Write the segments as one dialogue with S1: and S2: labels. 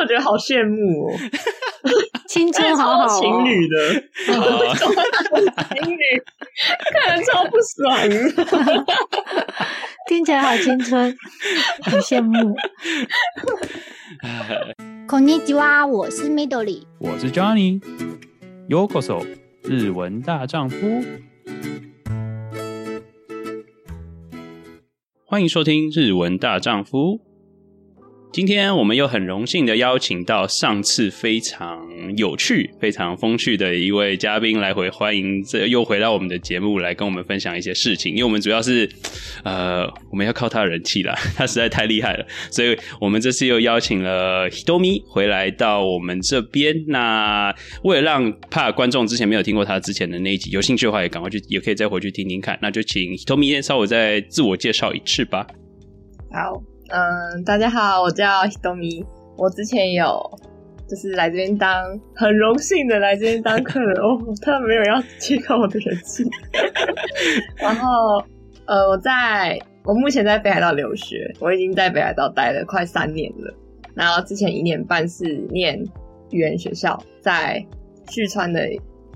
S1: 我觉得好羡慕 哦，
S2: 青春好
S1: 超
S2: 好、哦，
S1: 情侣 的，
S3: 啊
S1: 超情侣，看人超不爽。
S2: 听起来好青春，很羡慕。
S4: こんにちは，我是 Midori。
S3: 我是 Johnny。Yokoso，日文大丈夫。欢迎收听《日文大丈夫》。今天我们又很荣幸的邀请到上次非常有趣、非常风趣的一位嘉宾来回欢迎，这又回到我们的节目来跟我们分享一些事情。因为我们主要是，呃，我们要靠他的人气啦， 他实在太厉害了。所以我们这次又邀请了 Hitomi 回来到我们这边。那为了让怕观众之前没有听过他之前的那一集，有兴趣的话也赶快去，也可以再回去听听看。那就请 Hitomi 先稍微再自我介绍一次吧。
S1: 好，嗯，大家好，我叫 Hitomi，我之前有。就是来这边当，很荣幸的来这边当客人 哦，他没有要去看我的人气。然后，呃，我在我目前在北海道留学，我已经在北海道待了快三年了。然后之前一年半是念语言学校，在旭川的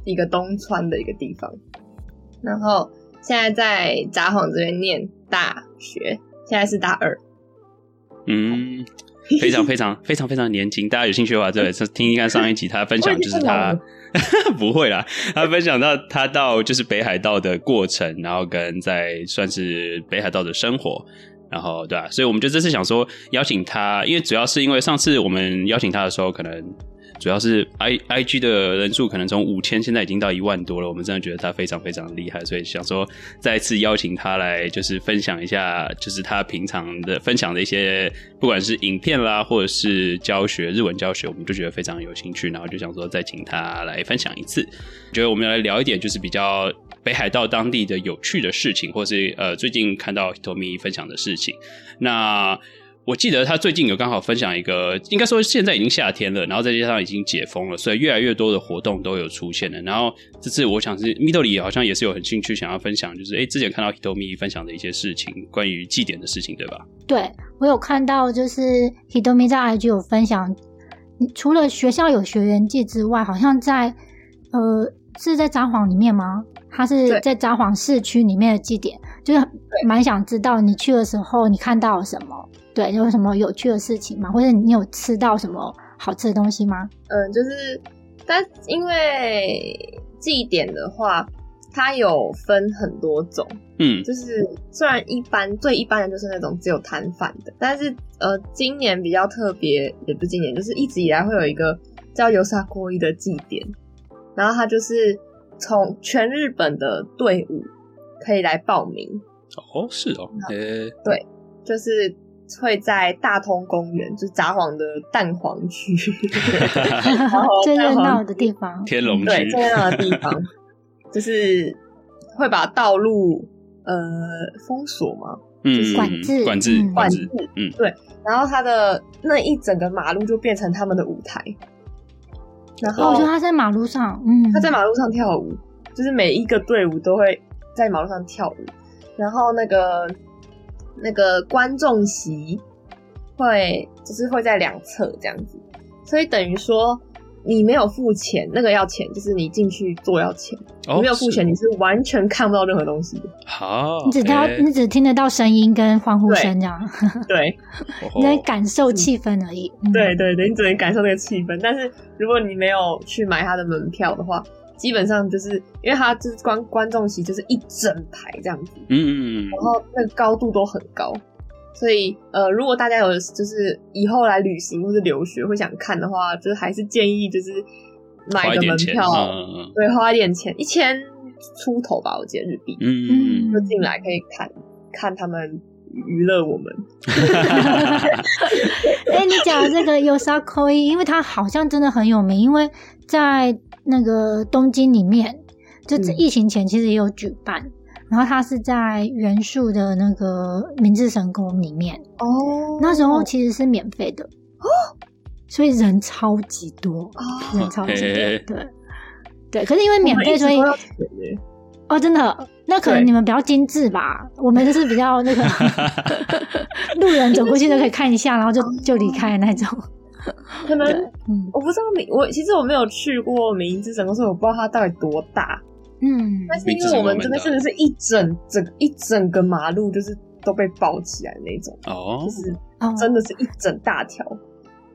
S1: 一个东川的一个地方。然后现在在札幌这边念大学，现在是大二。
S3: 嗯， 非常非常非常非常年轻。大家有兴趣的话， 对，听听看上一集他分享，就是 他不会啦， 他分享到他到就是北海道的过程，然后跟在算是北海道的生活。然后对吧、啊所以我们就这次想说邀请他，因为主要是因为上次我们邀请他的时候，可能主要是 i i g 的人数可能从五千现在已经到一万多了，我们真的觉得他非常非常厉害，所以想说再次邀请他来，就是分享一下，就是他平常的分享的一些，不管是影片啦，或者是教学日文教学，我们就觉得非常有兴趣，然后就想说再请他来分享一次。觉得我们要来聊一点，就是比较北海道当地的有趣的事情，或是呃最近看到 Hitomi 分享的事情。那我记得他最近有刚好分享一个，应该说现在已经夏天了，然后再加上已经解封了，所以越来越多的活动都有出现了。然后这次我想是 Midori 好像也是有很兴趣想要分享，就是诶之前看到 Hitomi 分享的一些事情，关于祭典的事情，对吧？
S2: 对我有看到，就是 Hitomi 在 IG 有分享，除了学校有学员季之外，好像在呃是在札幌里面吗？它是
S1: 对
S2: 在札幌市区里面的祭典，就是蛮想知道你去的时候你看到了什么，对，有什么有趣的事情吗？或者你有吃到什么好吃的东西吗？
S1: 嗯，就是，但因为祭典的话，它有分很多种，
S3: 嗯
S1: 就是虽然一般最一般的就是那种只有摊贩的，但是呃，今年比较特别，也不是今年，就是一直以来会有一个叫游萨锅伊的祭典，然后它就是从全日本的队伍可以来报名，
S3: 哦，是哦，呃，
S1: 就是会在大通公园，就是札幌的蛋黄区， 哦
S2: 最热
S1: 蛋
S2: 闹
S1: 黄
S2: 的地方，
S3: 天龙区
S1: 对，，重要的地方 就是会把道路呃封锁嘛，
S3: 嗯，
S2: 管制
S3: 管制，管
S2: 嗯
S1: 管
S3: 制
S1: 制，，
S3: 嗯，
S1: 对，然后它的那一整个马路就变成他们的舞台，然
S2: 哦，
S1: 后
S2: 我觉得他在马路上，嗯，
S1: 他在马路上跳舞，就是每一个队伍都会在马路上跳舞，然后那个那个观众席会就是会在两侧这样子，所以等于说你没有付钱，那个要钱，就是你进去坐要钱，
S3: 哦
S1: 你没有付
S3: 是
S1: 钱，你是完全看不到任何东西的。
S3: 好，
S2: 你只听到
S3: 诶
S2: 你只听得到声音跟欢呼声这样，
S1: 对
S3: 哦吼
S2: 你在感受气氛而已。嗯
S1: 对对对，你只能感受那个气氛，但是如果你没有去买他的门票的话。基本上就是因为他就是观观众席就是一整排这样子，
S3: 嗯嗯嗯
S1: 然后那个高度都很高，所以呃，如果大家有就是以后来旅行或是留学会想看的话，就是还是建议就是买
S3: 花一
S1: 个
S3: 点
S1: 门
S3: 钱，
S1: 票，
S3: 嗯
S1: 对，花一点钱，一千出头吧，我记得日币，
S3: 嗯嗯
S1: 就进来可以看看他们娱乐我们。
S2: 哎、你讲的这个 y o s a k o i 因为它好像真的很有名，因为在那个东京里面，就这
S1: 嗯
S2: 疫情前其实也有举办，然后它是在元素的那个明治神宫里面，
S1: 哦
S2: 那时候其实是免费的哦，所以人超级多，
S1: 啊，
S2: 人超级多，
S3: 嘿
S2: 对对，可是因为免费，所以
S1: 我们一直都要钱耶
S2: 哦，真的，那可能
S1: 对
S2: 你们比较精致吧，我们就是比较 那个路人走过去就可以看一下，然后就就离开那种。
S1: 可能
S2: 嗯
S1: 我不知道明，我其实我没有去过明治神宫，所以我不知道它到底多大。
S2: 嗯
S1: 但是因为我们这边真的是一整整一整个马路就是都被包起来的那种，
S3: 哦
S1: 就，是
S2: 哦，
S1: 真的是一整大条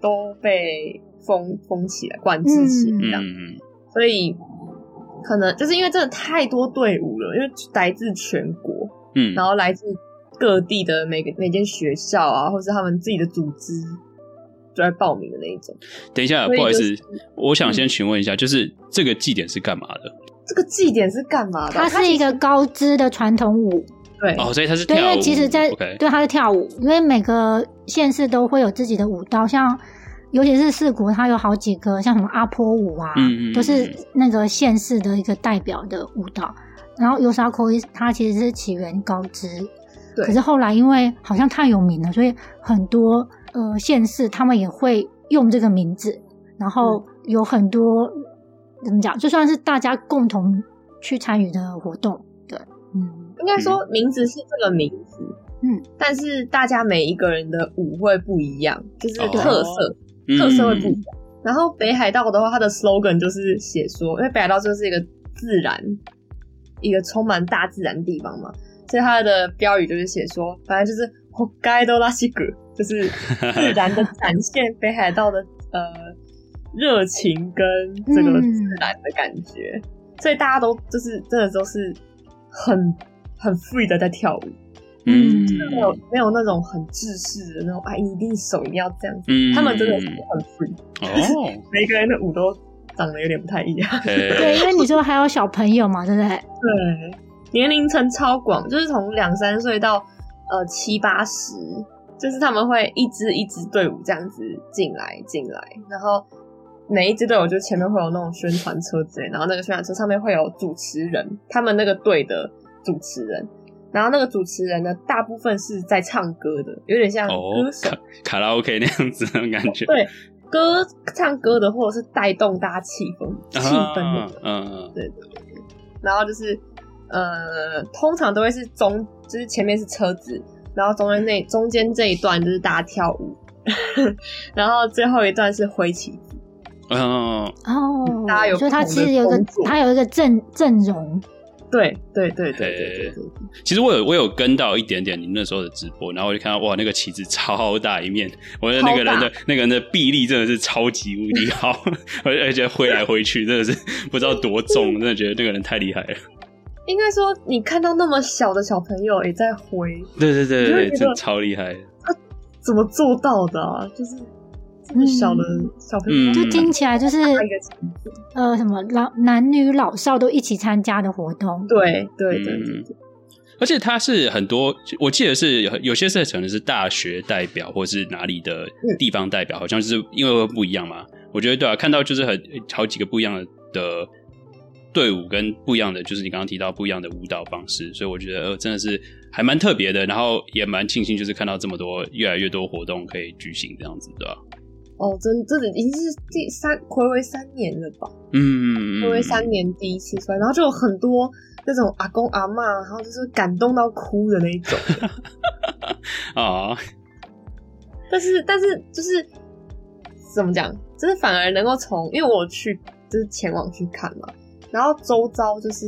S1: 都被封封起来、管制起来这样，
S3: 嗯，
S1: 所以可能就是因为真的太多队伍了，因为来自全国，
S3: 嗯，
S1: 然后来自各地的每个每间学校啊，或是他们自己的组织就在报名的那一种。
S3: 等一下，
S1: 所以
S3: 呃不好意
S1: 就
S3: 思
S1: 是，
S3: 我
S1: 嗯
S3: 想先询问一下，就是这个祭典是干嘛的？
S1: 这个祭典是干嘛的？
S2: 它是一个高知的传统舞，
S1: 对
S3: 哦，所以它是
S2: 对，因
S3: 跳
S2: 为
S3: 舞
S2: 其实在
S3: OK，
S2: 对它是跳舞，因为每个县市都会有自己的舞蹈，像尤其是四国，它有好几个像什么阿波舞啊，
S3: 嗯嗯嗯
S2: 都是那个县市的一个代表的舞蹈。然后 u s a k o 它其实是起源高知，
S1: 对
S2: 可是后来因为好像太有名了，所以很多呃县市他们也会用这个名字，然后有很多、怎么讲，就算是大家共同去参与的活动，对，嗯。
S1: 应该说名字是这个名字，
S2: 嗯，
S1: 但是大家每一个人的舞会不一样，就是
S3: 哦
S1: 特色、
S3: 嗯
S1: 特色会不一样。然后北海道的话，它的 slogan 就是写说，因为北海道就是一个自然、一个充满大自然的地方嘛，所以它的标语就是写说，反正就是 Hokkaido r a s i k 就是自然的展现北海道的呃热情跟这个
S2: 嗯
S1: 自然的感觉，所以大家都就是真的都是很很 free 的在跳舞，
S3: 嗯
S1: 没有没有那种很制式的那种，哎，你一定手一定要这样子，
S3: 嗯
S1: 他们真的是很 free，
S3: 哦，
S1: 每个人的舞都长得有点不太一样，
S2: 对，
S3: 对，
S2: 因为你说还有小朋友嘛，对不对？
S1: 对，年龄层超广，就是从两三岁到呃七八十，就是他们会一支一支队伍这样子进来进来，然后每一支队伍就前面会有那种宣传车之类，然后那个宣传车上面会有主持人，他们那个队的主持人。然后那个主持人呢，大部分是在唱歌的，有点像
S3: 哦
S1: 歌手，
S3: 卡卡拉 OK 那样子的感觉，
S1: 对歌唱歌的，或者是带动大家气氛气氛的人
S3: 啊嗯，
S1: 然后就是呃，通常都会是中，就是前面是车子，然后中间那中间这一段就是大家跳舞， 然后最后一段是挥旗子，
S3: 嗯哦，
S2: 哦，
S1: 大家有
S2: 所以他
S1: 不同
S2: 其实
S1: 的
S2: 有一
S1: 工
S2: 个
S1: 作
S2: 他有一个阵阵容，
S1: 对对对对对对对，
S3: 其实我有我有跟到一点点你们那时候的直播，然后我就看到哇，那个旗子超大一面，我觉得那个人的那个人的臂力真的是超级无敌 好，而而且挥来挥去真的是不知道多重，真的觉得那个人太厉害了。
S1: 应该说你看到那么小的小朋友也在挥，
S3: 对对对对
S1: 我就觉
S3: 对，
S1: 得
S3: 真的超厉害。
S1: 怎么做到的、啊？就是这么小的
S2: 嗯
S1: 小朋友，
S3: 嗯
S2: 就听起来就是
S1: 拿一个旗子，
S2: 呃什么老男女老少都一起参加的活动。
S1: 对对对对
S3: 嗯而且他是很多，我记得是有有些是可能是大学代表，或是哪里的地方代表，好像是因为会不一样嘛。我觉得对啊，看到就是很好几个不一样的的队伍跟不一样的，就是你刚刚提到不一样的舞蹈方式，所以我觉得呃真的是还蛮特别的，然后也蛮庆幸就是看到这么多越来越多活动可以举行这样子，对吧、
S1: 哦，真这已经是第三暌违三年了吧？
S3: 嗯，
S1: 因为三年第一次出来，然后就有很多那种阿公阿嬷，然后就是感动到哭的那一种。
S3: 啊，
S1: 但是但是就是怎么讲，就是反而能够从，因为我去就是前往去看嘛，然后周遭就是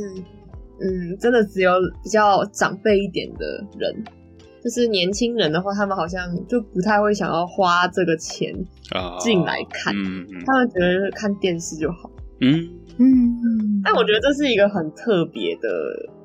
S1: 嗯，真的只有比较长辈一点的人。就是年轻人的话，他们好像就不太会想要花这个钱，
S3: 啊
S1: 进来看
S3: 嗯嗯
S1: 他们觉得就是看电视就好。
S3: 嗯
S2: 嗯，
S1: 但我觉得这是一个很特别的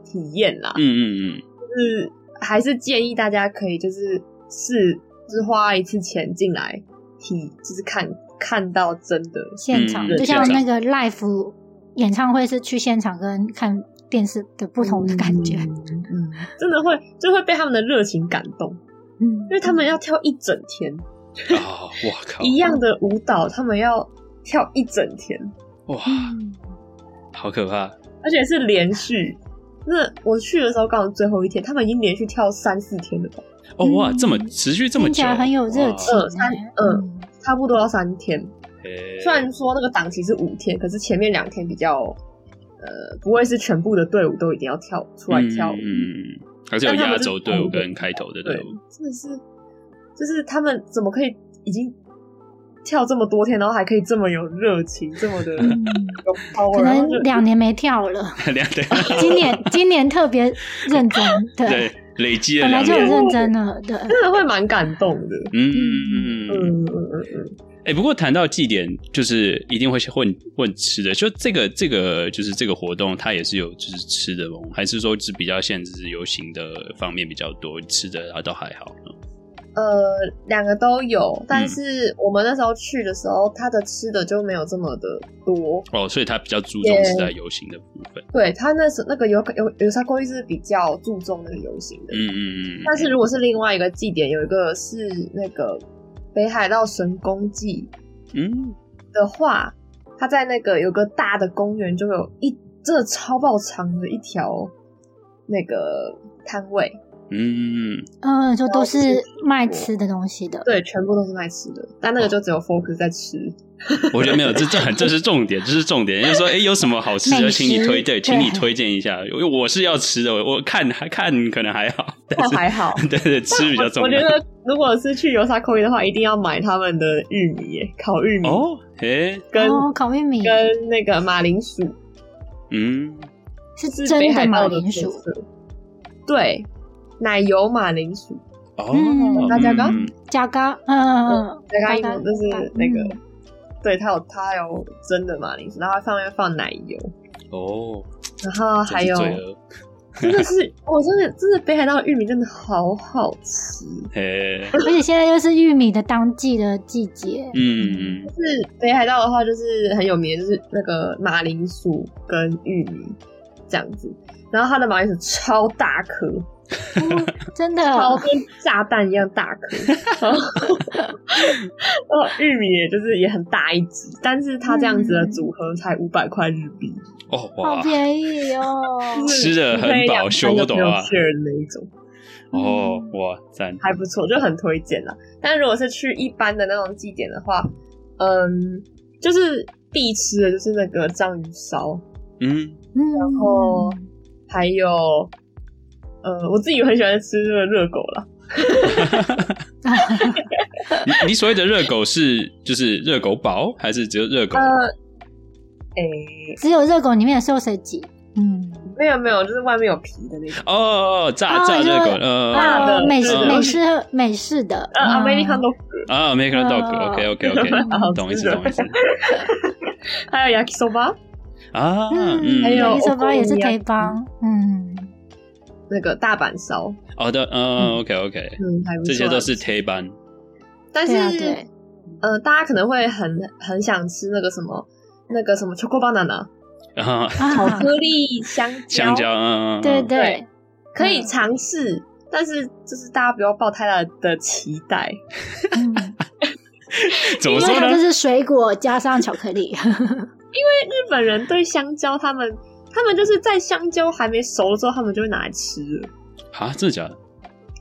S1: 体验啦，
S3: 嗯嗯
S1: 就是还是建议大家可以就是是就是花一次钱进来体，就是看看到真的
S2: 现场
S3: 嗯
S2: 就
S3: 现
S2: 像
S3: 场
S2: 那个 live 演唱会是去现场跟看电视的不同的感觉。
S1: 嗯，嗯真的会就会被他们的热情感动，
S2: 嗯，
S1: 因为他们要跳一整天
S3: 嗯啊，哇靠，
S1: 一样的舞蹈，他们要跳一整天，
S3: 哇，
S2: 嗯
S3: 好可怕。
S1: 而且是连续。那我去的时候刚好最后一天，他们已经连续跳三四天了吧，
S3: 哦哇，
S2: 嗯
S3: 这么持续这么
S2: 听起
S3: 久，
S2: 来很有热情
S3: 哇
S1: 嗯三
S2: 欸。
S1: 嗯差不多要三天。
S3: 诶
S1: 虽然说那个档期是五天，可是前面两天比较，呃，不会是全部的队伍都一定要跳出来跳舞，
S3: 嗯嗯，嗯而且有
S1: 但他们
S3: 压
S1: 是
S3: 轴队伍跟开头的队
S1: 对
S3: 伍，，
S1: 真的是，就是他们怎么可以已经跳这么多天，然后还可以这么有热情，这 么的
S2: 嗯
S1: 有 power，
S2: 可
S1: 然后
S2: 能
S1: 就
S2: 两年没跳 了，
S3: 两对
S2: 今年今年特别认真，对，
S3: 对累积了
S2: 本来
S3: 两
S2: 就
S3: 年
S2: 很，认真了，对，
S1: 真的会蛮感动的。
S3: 嗯嗯。
S1: 嗯嗯嗯
S3: 哎、不过谈到祭典，就是一定会去问问吃的。就这个这个就是这个活动，它也是有就是吃的吗？还是说是比较限制游行的方面比较多，吃的啊它都还好。
S1: 嗯，呃，两个都有，但是我们那时候去的时候，它的吃的就没有这么的多。
S3: 哦，所以它比较注重是在游行的部分。
S1: 对，它那时候那个有有有沙锅是比较注重那个游行的，
S3: 嗯嗯嗯。
S1: 但是如果是另外一个祭典，有一个是那个北海道神宫祭，
S3: 嗯，
S1: 的话，它在那个有个大的公园，就有一真的超爆长的一条那个摊位，
S3: 嗯，
S2: 嗯，就都
S1: 然
S2: 是
S1: 后
S2: 卖吃的东西的，
S1: 对，全部都是卖吃的，但那个就只有 focus 在吃。
S3: 我觉得没有，这这很这是重点，这是重点。就是说，哎、有什么好吃的，
S2: 美食
S3: 请你推对，
S2: 对
S3: 请你推荐一下。因为我是要吃的，我我看还看可能还好，但
S1: 但
S3: 是
S1: 还好，
S3: 对对，吃比较
S1: 我
S3: 重
S1: 觉
S3: 要。
S1: 得如果是去油炸口鱼的话，一定要买他们的玉米耶，烤玉米、
S3: 哦，哎、
S1: 跟、
S2: 哦，烤玉米
S1: 跟那个马铃薯，
S3: 嗯，
S2: 是
S1: 是
S2: 真
S1: 北
S2: 的
S1: 海
S2: 马
S1: 道的
S2: 铃
S1: 特
S2: 薯，
S1: 色，对，奶油马铃薯。
S3: 哦，
S2: 嗯
S1: 大家刚
S3: 嗯
S2: 加咖，嗯，
S1: 对，刚
S2: 加
S1: 刚就是
S2: 嗯
S1: 那个，对，它有它有真的马铃薯，然后它上面放奶油，
S3: 哦，
S1: 然后还有
S3: 真是罪恶
S1: 真的是，我真的真的北海道玉米真的好好吃，
S3: 嘿，
S2: 而且现在又是玉米的当季的季 节，
S3: 嗯，
S1: 就是北海道的话，就是很有名的就是那个马铃薯跟玉米这样子，然后它的马铃薯超大颗，
S2: 哦真的
S1: 超跟炸弹一样大 颗，然后然后玉米也就是也很大一只，但是它这样子的
S2: 嗯
S1: 组合才五百块日币，
S3: 哦
S2: 好
S3: 哇，
S2: 便宜哦，
S1: 就是
S3: 吃得很
S1: 你可以
S3: 饱
S1: 两
S3: 修不懂啊
S1: 三个朋友 share 的那一种。
S3: 哦哇，赞，
S1: 还不错，就很推荐啦。但如果是去一般的那种祭典的话，嗯，就是必吃的就是那个章鱼烧，
S3: 嗯，
S2: 嗯，然
S1: 后还有呃，我自己很喜欢吃那个热狗啦，
S3: 你你所谓的热狗是就是热狗堡，还是只有热狗？
S1: 呃，诶、
S2: 只有热狗里面有寿司鸡，嗯，
S1: 没有没有，就是外面有皮的那种。
S3: 哦哦，哦炸
S2: 哦
S3: 炸热狗，
S2: 就是
S1: 辣
S3: 呃
S1: 的
S2: 呃美式
S3: 嗯
S2: 美式美式的，
S1: 呃
S2: 嗯
S1: a m e r i c a n
S3: 啊，American
S2: 哦
S3: dog，OK，OK，OK，
S1: 呃 好
S3: 懂意思，
S1: 吃的
S3: 懂意思
S1: 还有 yakisoba
S3: 啊，
S2: 嗯，
S3: 嗯，
S1: 还有
S2: 手包也是可以帮，嗯，
S1: 那个大阪烧，
S3: 好的，嗯，OK，OK，
S1: 嗯，
S2: 啊
S1: 还不错。
S3: 这些都是 T 班，
S1: 但是
S2: 对啊对，
S1: 呃，大家可能会很很想吃那个什么那个什么 choco banana
S3: 然后
S1: 巧
S2: 啊，
S1: 克力香蕉，
S3: 香蕉，嗯，嗯嗯
S2: 对对，嗯
S1: 可以尝试，但是就是大家不要抱太大的期待。
S2: 嗯
S3: 怎么
S2: 因
S3: 说
S2: 为它
S3: 呢
S2: 就？是水果加上巧克力，
S1: 日本人对香蕉，他们他们就是在香蕉还没熟的时候，他们就会拿来吃了。
S3: 啊，真的假的？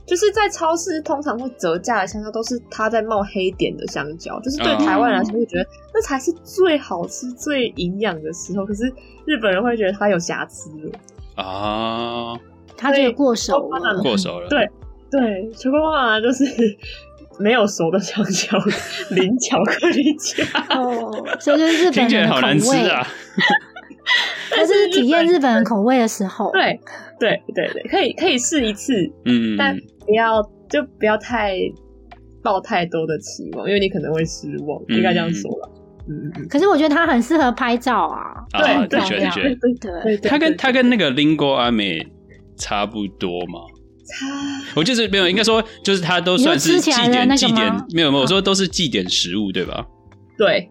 S1: 就是在超市通常会折价的香蕉，都是它在冒黑点的香蕉。就是对
S3: 嗯
S1: 台湾人来说，会觉得那才是最好吃、最营养的时候。可是日本人会觉得它有瑕疵了。
S3: 啊，
S2: 它就有过手
S1: 所以
S2: 了，
S3: 过手了，
S1: 对对，球棒啊，就是 没有熟的香蕉， 零巧克力酱。
S2: 哦，所以就是日本
S3: 听起来
S2: 人的
S3: 好
S2: 口
S3: 难吃
S2: 味，
S3: 啊！
S2: 但是体验日本人口味的时候，
S1: 对对对对，可以可以试一次，
S3: 嗯，
S1: 但不要就不要太抱太多的期望，因为你可能会失望，
S3: 嗯
S1: 应该这样说吧。嗯嗯，
S2: 可是我觉得它很适合拍照啊，
S3: 啊，
S1: 对
S3: 的确
S2: 对
S1: 对
S3: 的确，
S1: 对
S2: 对，
S1: 对对，
S3: 它跟
S1: 对
S3: 它跟那个 Lingo 阿美差不多嘛。
S1: 差
S3: 我就是没有，应该说就是它都算是
S2: 你说吃
S3: 祭
S2: 起来的
S3: 典
S2: 那个
S3: 祭典
S2: 吗，
S3: 没有没有，我说都是祭典食物对吧？
S1: 对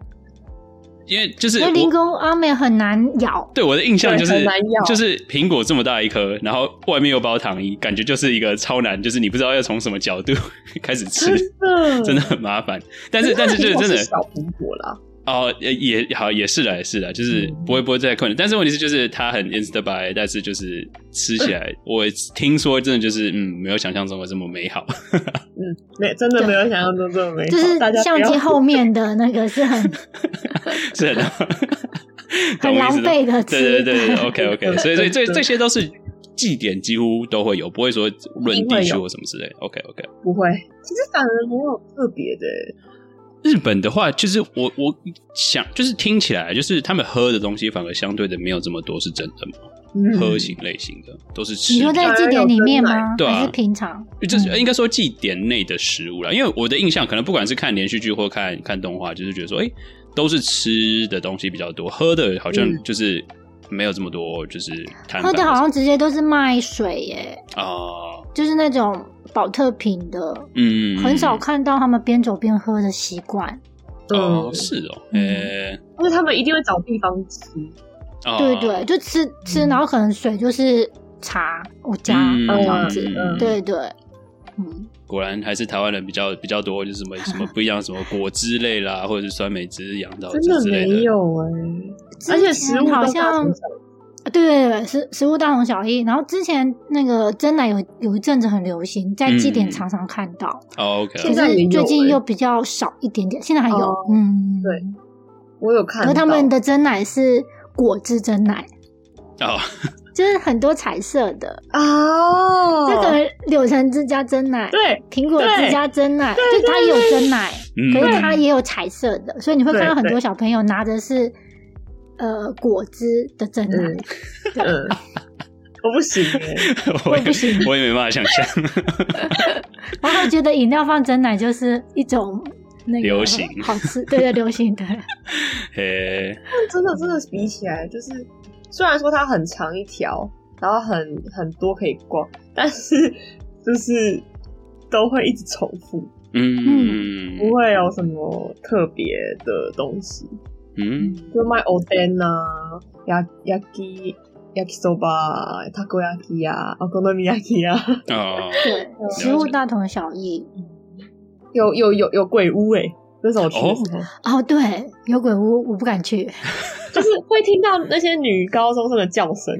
S3: 因为就是
S2: 因为
S3: 我
S2: 林宫阿美很难咬，
S3: 对我的印象
S1: 对
S3: 就是
S1: 很难咬
S3: 就是苹果这么大一颗，然后外面又包糖衣，感觉就是一个超难，就是你不知道要从什么角度开始吃，
S1: 的
S3: 真的很麻烦。但是但是就是
S1: 嗯它
S3: 真的
S1: 是小苹果啦，
S3: 哦，也也好，也是啦，也是啦，就是
S1: 嗯
S3: 不会不会再困难。但是问题是，就是它很 insta buy，但是就是吃起来，我听说真的就是嗯，没有想象中的这么美好。
S1: 嗯，没真的没有想象中这么哎美好，
S2: 就是
S1: 大家不
S2: 相
S1: 要
S2: 机后面的那个是很
S3: 是的，
S2: 很狼狈的
S3: 对
S2: 吃，
S3: 对对对，OK OK，所以所以这
S1: 对
S3: 这些都是祭典几乎都会有，不会说论地区或什么之类。OK OK，
S1: 不会。其实反而没有特别的，
S3: 日本的话，就是我我想就是听起来就是他们喝的东西反而相对的没有这么多，是真的吗？
S1: 嗯
S3: 喝型类型的都是吃
S2: 你说
S3: 的，
S2: 嗯在祭典里面吗？
S3: 对啊
S2: 还是平常？
S3: 就是应该说祭典内的食物啦。因为我的印象可能不管是看连续剧或看看动画，就是觉得说，哎、都是吃的东西比较多，喝的好像
S1: 嗯
S3: 就是没有这么多，就是摊
S2: 喝的
S3: 贩
S2: 好像直接都是卖水耶，
S3: 啊、
S2: 就是那种保特瓶的，
S3: 嗯，
S2: 很少看到他们边走边喝的习惯。
S3: 哦
S1: 嗯，，
S3: 是哦，
S2: 嗯
S3: 诶、
S1: 因为他们一定会找地方吃，
S3: 哦
S2: 对对，就吃吃，然后可能水就是茶，我加
S3: 嗯
S2: 这样子。
S1: 嗯
S2: 对对，嗯，
S3: 果然还是台湾人比较比较多，就是什么什么不一样，什么果汁类啦，或者是酸梅汁、杨桃
S1: 真
S3: 汁
S1: 的
S3: 哦之类
S1: 没
S3: 的。
S1: 有哎、而且食物
S2: 好
S1: 都大
S2: 像
S1: 同小异
S2: 啊对对对，食食物大同小异。然后之前那个真奶有有一阵子很流行，在祭典
S3: 嗯
S2: 常常看到，
S3: 哦 OK，
S2: 可
S1: 现在也
S2: 是
S1: 有
S2: 最近
S1: 欸
S2: 又比较少一点点，现在还有，
S1: 哦
S2: 嗯，
S1: 对。我有看
S2: 可
S1: 到
S2: 是他们的真奶是果汁真奶，
S3: 哦，
S2: 就是很多彩色的，
S1: 哦，
S2: 就可能柳橙汁加真奶，
S1: 对
S2: 苹果汁加真奶，
S1: 对
S2: 就它也有真奶，
S3: 嗯，
S2: 可是它也有彩色的，所以你会看到很多小朋友拿的是呃果汁的真奶，
S1: 嗯嗯， 我不行哎、
S3: 我也
S2: 我不行
S3: 我也没办法想象
S2: 然后觉得饮料放真奶就是一种那个
S3: 流行
S2: 好吃，对对，流行的，
S3: 嘿，
S1: 真的真的比起来，就是虽然说它很长一条，然后很很多可以逛，但是就是都会一直重复，
S3: 嗯
S1: 不会有什么特别的东西，
S3: 嗯
S1: 就卖 o d e n 啊、ya yaki yaki soba、takoyaki 啊、okonomiyaki 啊，
S3: 哦，
S2: 对，食物大同小异。
S1: 有有有有鬼屋哎、那时候我去的时候，
S2: 哦，对，有鬼屋我不敢去，
S1: 就是会听到那些女高中生的叫声，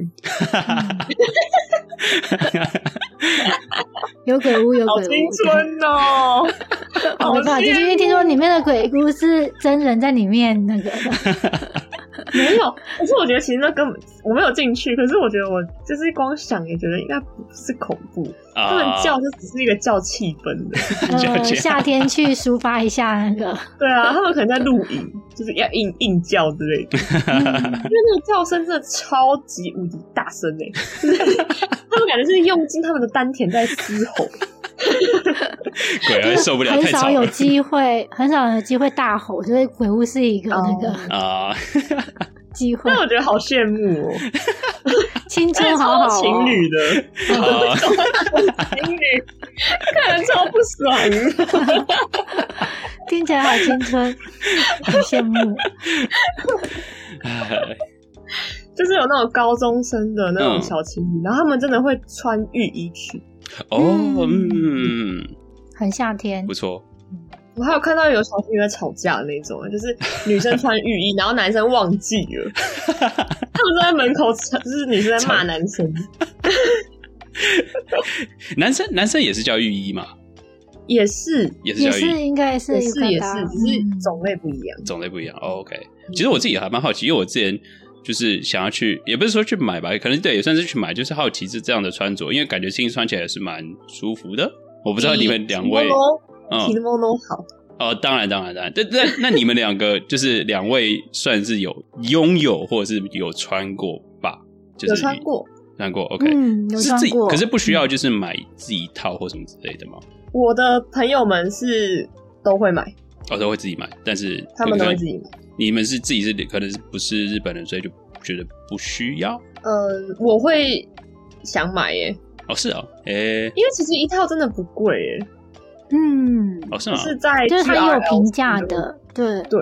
S2: 有鬼屋有
S1: 好
S2: 鬼
S1: 青
S2: 屋，
S1: 春哦、
S2: 好
S1: 好
S2: 吧，就是因为听说里面的鬼故事真人在里面 那个的，
S1: 没有，可是我觉得其实那根本我没有进去，可是我觉得我就是光想也觉得应该不是恐怖，他们
S3: 啊，
S1: 叫就只是一个叫气氛的，
S2: 呃，夏天去抒发一下那个，
S1: 对啊，他们可能在露营，就是要硬硬叫之类的，
S2: 嗯
S1: 因为那个叫声真的超级无敌大声哎、就是他们感觉是用尽他们的丹田在嘶吼，
S3: 鬼还受不了，
S2: 很
S3: 太
S2: 少
S3: 吵
S2: 有
S3: 了
S2: 机会， 很少有机会大吼，所以鬼屋是一个
S1: 哦
S2: 那个
S3: 啊，
S2: 机会
S1: 但，我觉得好羡慕哦、
S2: 青
S1: 而且
S2: 春好
S1: 超
S2: 好哦
S1: 情侣的，
S3: 好
S1: 情侣看着超不爽。
S2: 听起来好青春，很羡慕。
S3: 啊
S1: 就是有那种高中生的那
S3: 嗯
S1: 种小情侣，然后他们真的会穿浴衣去。
S3: 哦，嗯，
S2: 很夏天
S3: 不，错，
S1: 我还有看到有小情侣在吵架的那种，欸就是女生穿浴衣，然后男生忘记了，他们都在门口吵，就是女生在骂男生，
S3: 男生男生也是叫浴衣嘛，
S1: 也 是啊
S3: 也是
S2: 也
S3: 叫浴衣
S2: 是。应该是
S1: 也
S2: 一
S1: 是
S2: 个
S1: 也
S2: 吧
S1: 是，只是
S2: 嗯
S1: 种类不一样。
S3: 种类不一
S1: 嗯
S3: 样。哦 OK，其实我自己还蛮好奇，因为我之前就是想要去，也不是说去买吧，可能对也算是去买，就是好奇是这样的穿着，因为感觉其实穿起来也是蛮舒服的。我不
S1: 不
S3: 知道你们两位，嗯，
S1: kimono 好，
S3: 哦，当然当然当然，但但那你们两个就是两位算是有拥有或者是有穿过吧？就是
S1: 有穿过。
S3: 穿过，OK，
S2: 嗯，有
S3: 是
S2: 穿
S3: 自己，
S2: 过，
S3: 可是不需
S1: 嗯
S3: 要就是买自己一套或什么之类的吗？
S1: 我的朋友们是都会买，
S3: 哦，都会自己买，但是
S1: 他们都会自
S3: 己。
S1: 己买。
S3: 你们是自己是可能是不是日本人，所以就觉得不需要。
S1: 嗯，我会想买耶，
S3: 哦，是哦，诶、
S1: 因为其实一套真的不贵耶，
S2: 嗯，
S3: 哦，是
S1: 就
S3: 吗？
S1: 是在
S2: 就是它也有
S1: GRL
S2: 平价
S1: 什么
S2: 的，对
S1: 对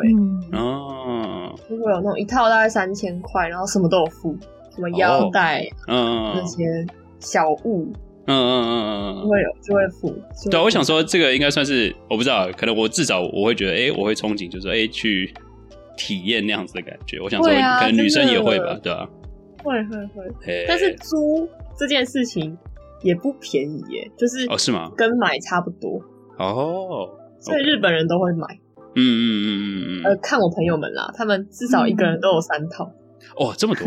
S2: 嗯
S3: 哦，
S1: 如果有那种一套大概三千块，然后什么都有附，什么腰带、
S3: 嗯嗯
S1: 那些小物
S3: 嗯嗯
S1: 就
S3: 嗯。
S1: 会有就会附。就会
S3: 对啊，我想
S1: 附
S3: 说这个应该算是我不知道，可能我至少我会觉得，哎、我会憧憬，就是哎、诶去体验那样子的感觉。我想说，
S1: 会啊
S3: 可能女生也会吧，
S1: 真的
S3: 对吧、
S1: 会会会，
S3: 诶，
S1: 但是租这件事情也不便宜耶，就是
S3: 哦是吗？
S1: 跟买差不多，
S3: 哦，
S1: 所以日本人都会买。
S3: 嗯嗯嗯嗯嗯，
S1: 呃，看我朋友们啦，他们至少一个人都有三套，
S3: 哦，这 么多，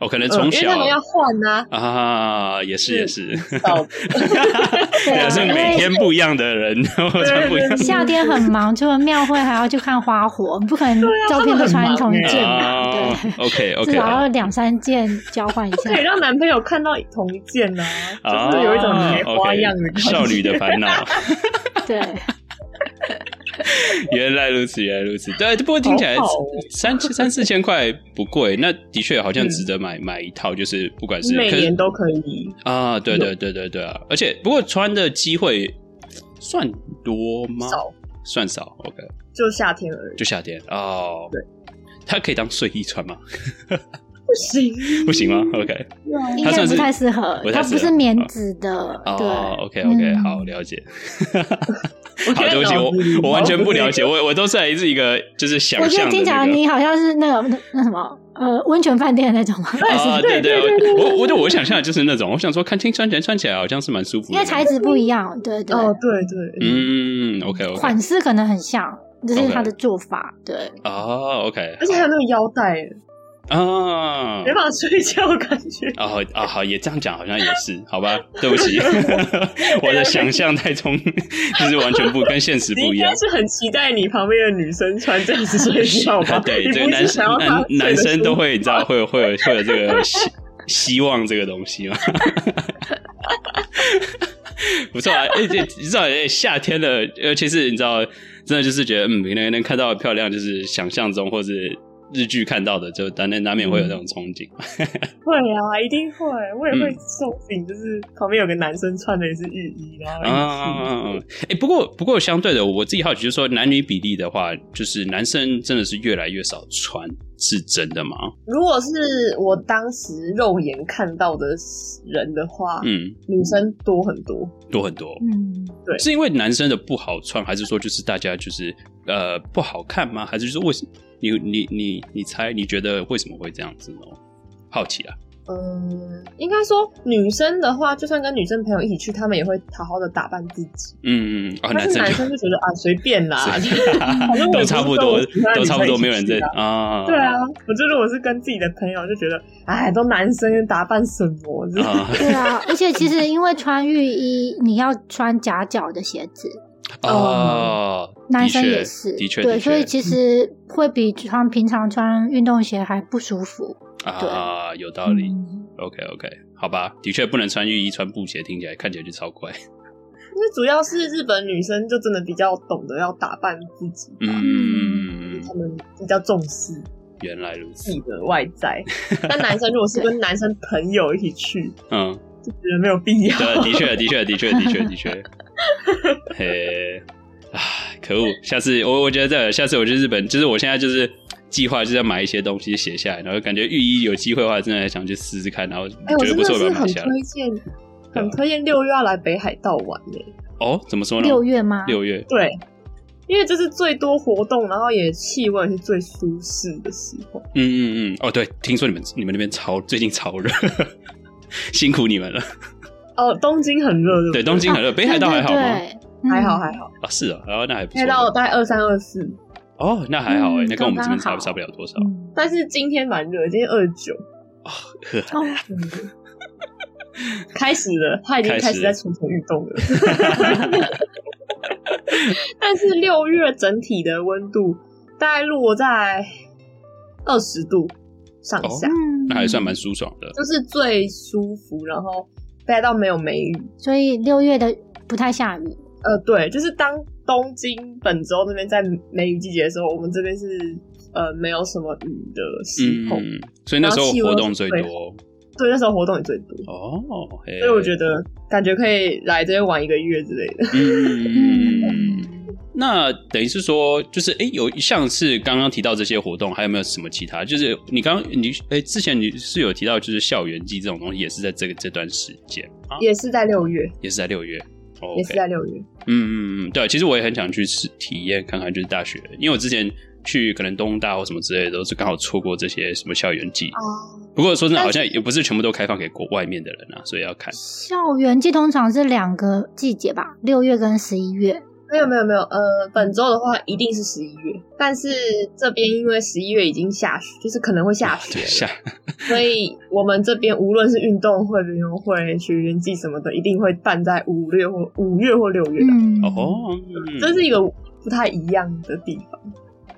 S3: 哦，可能
S1: 嗯
S3: 从
S1: 因为他
S3: 小
S1: 们要换 呐、
S3: 啊，也是也是，
S1: 到
S2: 对啊
S3: 也是每天不一样的人，然后穿不一样
S1: 对对
S2: 夏天很忙，除了庙会还要去看花火，你不可能照片都穿同一件嘛，
S3: 啊
S2: 对，
S3: ，OK
S2: 至
S3: OK，啊
S2: 少要两三件交换一 下
S1: 可。以让男朋友看到同一件呐、
S3: 啊，
S1: 就是有一种没花样的
S3: OK，
S1: 感觉。
S3: 少女的烦恼。
S2: 对，
S3: 啊原来如此，原来如此。对，不过听起来
S1: 好好哦
S3: 三三四千块不贵，那的确好像值得买买一套，就是不管是
S1: 嗯每
S3: 可是
S1: 年都可以，
S3: 啊，对
S1: 有
S3: 对对对对啊！而且不过穿的机会算多吗？
S1: 少，
S3: 算少，OK，
S1: 就夏天而已
S3: 就，夏天哦。
S1: 对，
S3: 它可以当睡衣穿吗？
S1: 不行。
S3: 不行吗？OK，
S2: 应
S3: 它
S2: 该
S3: 算是
S2: 不太适合
S3: 不，太
S2: 它
S3: 适合啊
S2: 不是棉质的，对
S3: 哦，OK OK，
S2: 嗯
S3: 好，了解。
S1: 我
S3: 好，
S1: 觉得
S3: 对不起，
S1: 脑子里
S3: 我我完全不了解，
S1: 脑子
S3: 我我都是来自一个就是想
S2: 我觉
S3: 象
S2: 得
S3: 的
S2: 听起来
S3: 那个。啊
S2: 你好像是那个那那什么呃温泉饭店的那种，
S3: 啊，对
S1: 对对对
S3: 对
S1: 对
S3: 我我就我想象的就是那种，我想说，看听穿起来穿起来好像是蛮舒服的，
S2: 因为材质不一样，对对，
S1: 哦，对对，
S3: 嗯，OK OK，
S2: 款式可能很像，这是
S3: OK
S2: 它的做法，对。
S3: 哦，OK，
S1: 而且还有那个腰带，
S3: 啊
S1: 没，办法睡觉，的感觉。
S3: 哦啊，好，也这样讲好像也是，好吧，对不起， 我的想象太充，就是完全不跟现实
S1: 你
S3: 不一
S1: 应
S3: 样
S1: 该。是很期待你旁边的女生穿这样子睡觉吧？
S3: 对，
S1: 你
S3: 这个
S1: 不
S3: 男
S1: 是想要她
S3: 男男
S1: 睡得
S3: 生
S1: 舒
S3: 都
S1: 服
S3: 会，你知道，会有会有会有这个希希望这个东西嘛。 不错啊，而且你知道，哎夏天的，尤其是你知道，真的就是觉得，嗯，能能看到漂亮，就是想象中或是日剧看到的，就难免难免会有这种憧憬。
S1: 会啊，一定会，我也会
S3: 嗯
S1: 受不就是旁边有个男生穿的也是浴衣，然后一起
S3: 啊，哎、不过不过相对的，我自己好奇就是说，男女比例的话，就是男生真的是越来越少穿，是真的吗？
S1: 如果是我当时肉眼看到的人的话，
S3: 嗯，
S1: 女生多很多。
S3: 多很多。
S2: 嗯，
S1: 对
S3: 是因为男生的不好穿，还是说就是大家就是呃不好看吗？还是就是为什你你你你猜你觉得为什么会这样子呢？好奇啊，
S1: 嗯，应该说女生的话，就算跟女生朋友一起去，他们也会好好的打扮自己。
S3: 嗯，啊，
S1: 但
S3: 男
S1: 是
S3: 生
S1: 男
S3: 就
S1: 生就觉得啊，随便 啦，反正我
S3: 都
S1: 也
S3: 差
S1: 不
S3: 不
S1: 是
S3: 多
S1: 跟我喜欢，的
S3: 都
S1: 女
S3: 差不多，
S1: 生
S3: 没有
S1: 一
S3: 人
S1: 起
S3: 在
S1: 去啊
S3: 啊，
S1: 对啊，我觉得我是跟自己的朋友就觉得，哎，都男生打扮什么？就是
S3: 啊
S2: 对啊，而且其实因为穿浴衣，你要穿夹脚的鞋子，
S3: 啊，
S2: 男生
S3: 的确
S2: 也是，
S3: 的确，
S2: 对，
S3: 的
S2: 所以
S3: 确
S2: 其实会比穿平常穿运动鞋还不舒服。
S3: 啊，有道理。
S2: 嗯
S3: OK OK，好吧，的确不能穿浴衣穿布鞋，听起来看起来就超怪。
S1: 因为主要是日本女生就真的比较懂得要打扮自己吧，
S3: 嗯，
S1: 她们比较重视
S3: 原来如此
S1: 自己。的外 在。但男生如果是跟男生朋友一起去，
S3: 嗯，
S1: 就觉得没有必要。
S3: 对，的确，的确，的确，的确，的确。嘿，啊，可恶！下次我我觉得这样下次我去日本，就是我现在就是计划就是要买一些东西写下来，然后感觉浴衣有机会的话，真的想去试试看，然后
S1: 哎、我
S3: 觉
S1: 真
S3: 得不
S1: 的
S3: 错，把
S1: 是
S3: 它买
S1: 很
S3: 下来。
S1: 推荐，
S3: 啊
S1: 很推荐六月要来北海道玩耶、
S3: 哦，怎么说呢？
S2: 六月
S1: 啊
S2: 吗？
S3: 六月
S1: 对，因为这是最多活动，然后也气温也是最舒适的时候。
S3: 嗯嗯嗯，哦对，听说你们你们那边超最近超热， 辛苦你们了。
S1: 哦，东京很热，对不
S3: 对，东京很
S1: 啊
S3: 热，北海道还好吗？
S2: 对对对
S1: 还好
S2: 嗯
S1: 还好，
S3: 啊，是啊，然后那还不
S1: 北海。
S3: 错
S1: 道大概二三二四，
S3: 哦，那还好哎、
S2: 嗯
S3: 那跟我们这边差
S2: 刚刚好
S3: 差不了多少。
S2: 嗯
S1: 但是今天蛮热，今天二九，
S3: 啊
S2: 哦，
S1: 开始了，他已经
S3: 开始
S1: 开始在蠢蠢欲动 了。但是六月整体的温度大概落在二十度上下，
S3: 哦
S2: 嗯
S3: 那还算蛮舒爽的。
S1: 就是最舒服，然后北海道没有梅雨。
S2: 所以六月的不太下雨，
S1: 呃，对，就是当东京、本州那边在梅雨季节的时候，我们这边是呃没有什么雨的时候，
S3: 嗯，所以那时候活动最多
S1: 对，那时候活动也最多，
S3: 哦。嘿
S1: 所以我觉得感觉可以来这边玩一个月之类的。
S3: 嗯，那等于是说，就是哎、诶有像是刚刚提到这些活动，还有没有什么其他？就是你刚你哎、之前你是有提到，就是校园季这种东西，也是在这个这段时间啊，
S1: 也是在六月，
S3: 也是在六月。哦
S1: 也是
S3: OK，
S1: 在六月。
S3: 嗯嗯嗯，对，其实我也很想去试体验看看，就是大学，因为我之前去可能东大或什么之类的，都是刚好错过这些什么校园季。
S1: 哦，
S3: 不过说真的，
S1: 但是
S3: 好像也不是全部都开放给国外面的人啊，所以要看。
S2: 校园季通常是两个季节吧，六月跟十一月。
S1: 没有没有没有，呃，本周的话一定是十一月，但是这边因为十一月已经下雪，就是可能会下雪
S3: 啊对
S1: 了，
S3: 下
S1: 所以我们这边无论是运动会、旅游会、学员季什么的，一定会办在五月或五月或六月吧。
S2: 嗯，
S3: 哦，
S1: 这是一个不太一样的地方。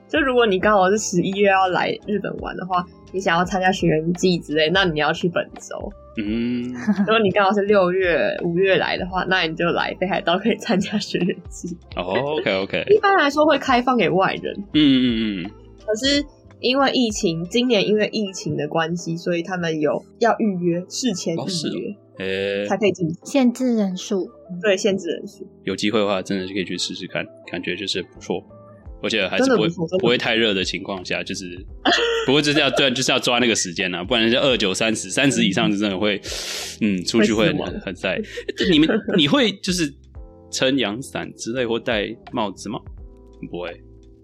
S1: 就如果你刚好是十一月要来日本玩的话，你想要参加学员季之类，那你要去本州。
S3: 嗯，
S1: 如果你刚好是六月、五月来的话，那你就来北海道可以参加学员季。
S3: 哦，OK OK，
S1: 一般来说会开放给外人，
S3: 嗯嗯嗯，
S1: 可是因为疫情，今年因为疫情的关系，所以他们有要预约，事前
S3: 哦是哦
S1: 预约、
S3: 诶、
S1: 才可以进去，
S2: 限制人数，
S1: 对，限制人数。
S3: 有机会的话，真的是可以去试试看，感觉就是不错，而且还
S1: 真
S3: 是
S1: 的
S3: 不会
S1: 不错真的
S3: 不会太热的情况下，就是不过就是要对，就是要抓那个时间啊，不然就二九三十三十以上，真的会嗯出去
S1: 会
S3: 会
S1: 死
S3: 很
S1: 亡
S3: 很晒。你们 你会就是撑阳伞之类或戴帽子吗？不会，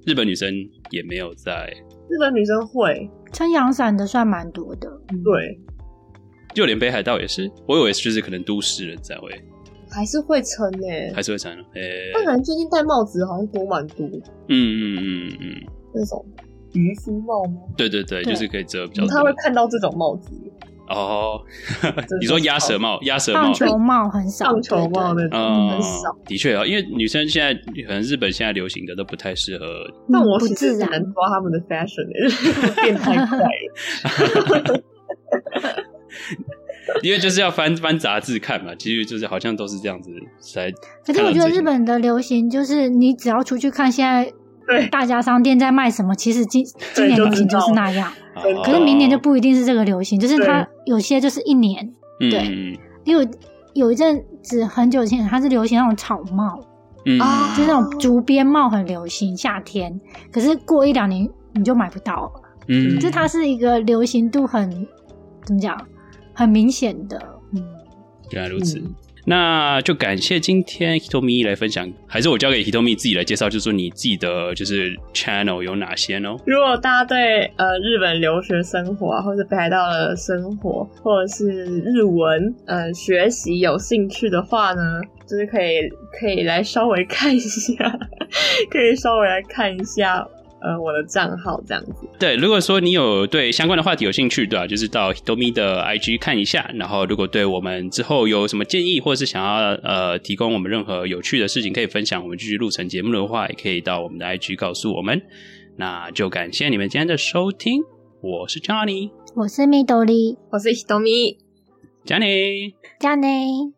S3: 日本女生也没有在，
S1: 日本女生会，
S2: 撑阳伞的算蛮多的。
S1: 对，
S3: 就连北海道也是，我以为就是可能都市人才会
S1: 还是会撑呢、
S3: 还是会穿，诶、
S1: 但感觉最近戴帽子好像多蛮多的
S3: 嗯嗯嗯嗯，
S1: 那种渔夫帽吗？
S3: 对对对，
S2: 对嗯
S3: 就是可以遮比较
S1: 不
S3: 多
S1: 太会看到这种帽子，
S3: 哦
S1: 真，
S3: 你说
S1: 的
S3: 鸭舌
S1: 少
S3: 帽，鸭舌帽
S2: 棒，球帽很少，
S1: 棒球帽
S2: 对
S1: 那种
S3: 嗯
S1: 很少。，
S3: 的确啊，因为女生现在可能日本现在流行的都不太适合，
S2: 对
S1: 但我
S2: 嗯不
S1: 其实
S2: 自
S1: 很难
S2: 然，
S1: 抓他们的 fashion，欸 变 太快了。
S3: 因为就是要翻翻杂志看嘛，其实就是好像都是这样子才。
S2: 可是我觉得日本的流行就是，你只要出去看现在
S1: 对
S2: 大家商店在卖什么，其实今今年
S1: 就
S2: 流行
S1: 知
S2: 就
S1: 道
S2: 是那样，
S3: 哦
S2: 可是明年就不一定是这个流行，就是它有些就是一年，
S3: 嗯
S2: 对
S3: 嗯
S2: 因为有有一阵子很久以前它是流行那种草帽，
S3: 嗯
S1: 啊
S2: 就是那种竹编帽很流行夏天，可是过一两年你就买不到了，
S3: 嗯，
S2: 就它是一个流行度很怎么讲，很明显的，嗯，
S3: 原来如此
S1: 嗯。
S3: 那就感谢今天 Hitomi 来分享，还是我交给 Hitomi 自己来介绍，就是说你自己的就是 channel 有哪些呢？
S1: 如果大家对呃日本留学生活啊，或者北海道的生活，或者是日文呃学习有兴趣的话呢，就是可以可以来稍微看一下， 可以稍微来看一下呃我的账号这样子。
S3: 对，如果说你有对相关的话题有兴趣，对吧、就是到 Hitomi 的 IG 看一下。然后，如果对我们之后有什么建议，或者是想要呃提供我们任何有趣的事情可以分享，我们继续录成节目的话，也可以到我们的 IG 告诉我们。那就感谢你们今天的收听，我是 Johnny，Johnny
S2: 我是 Midori，
S1: 我是 Hitomi，
S3: Johnny。
S2: 加内。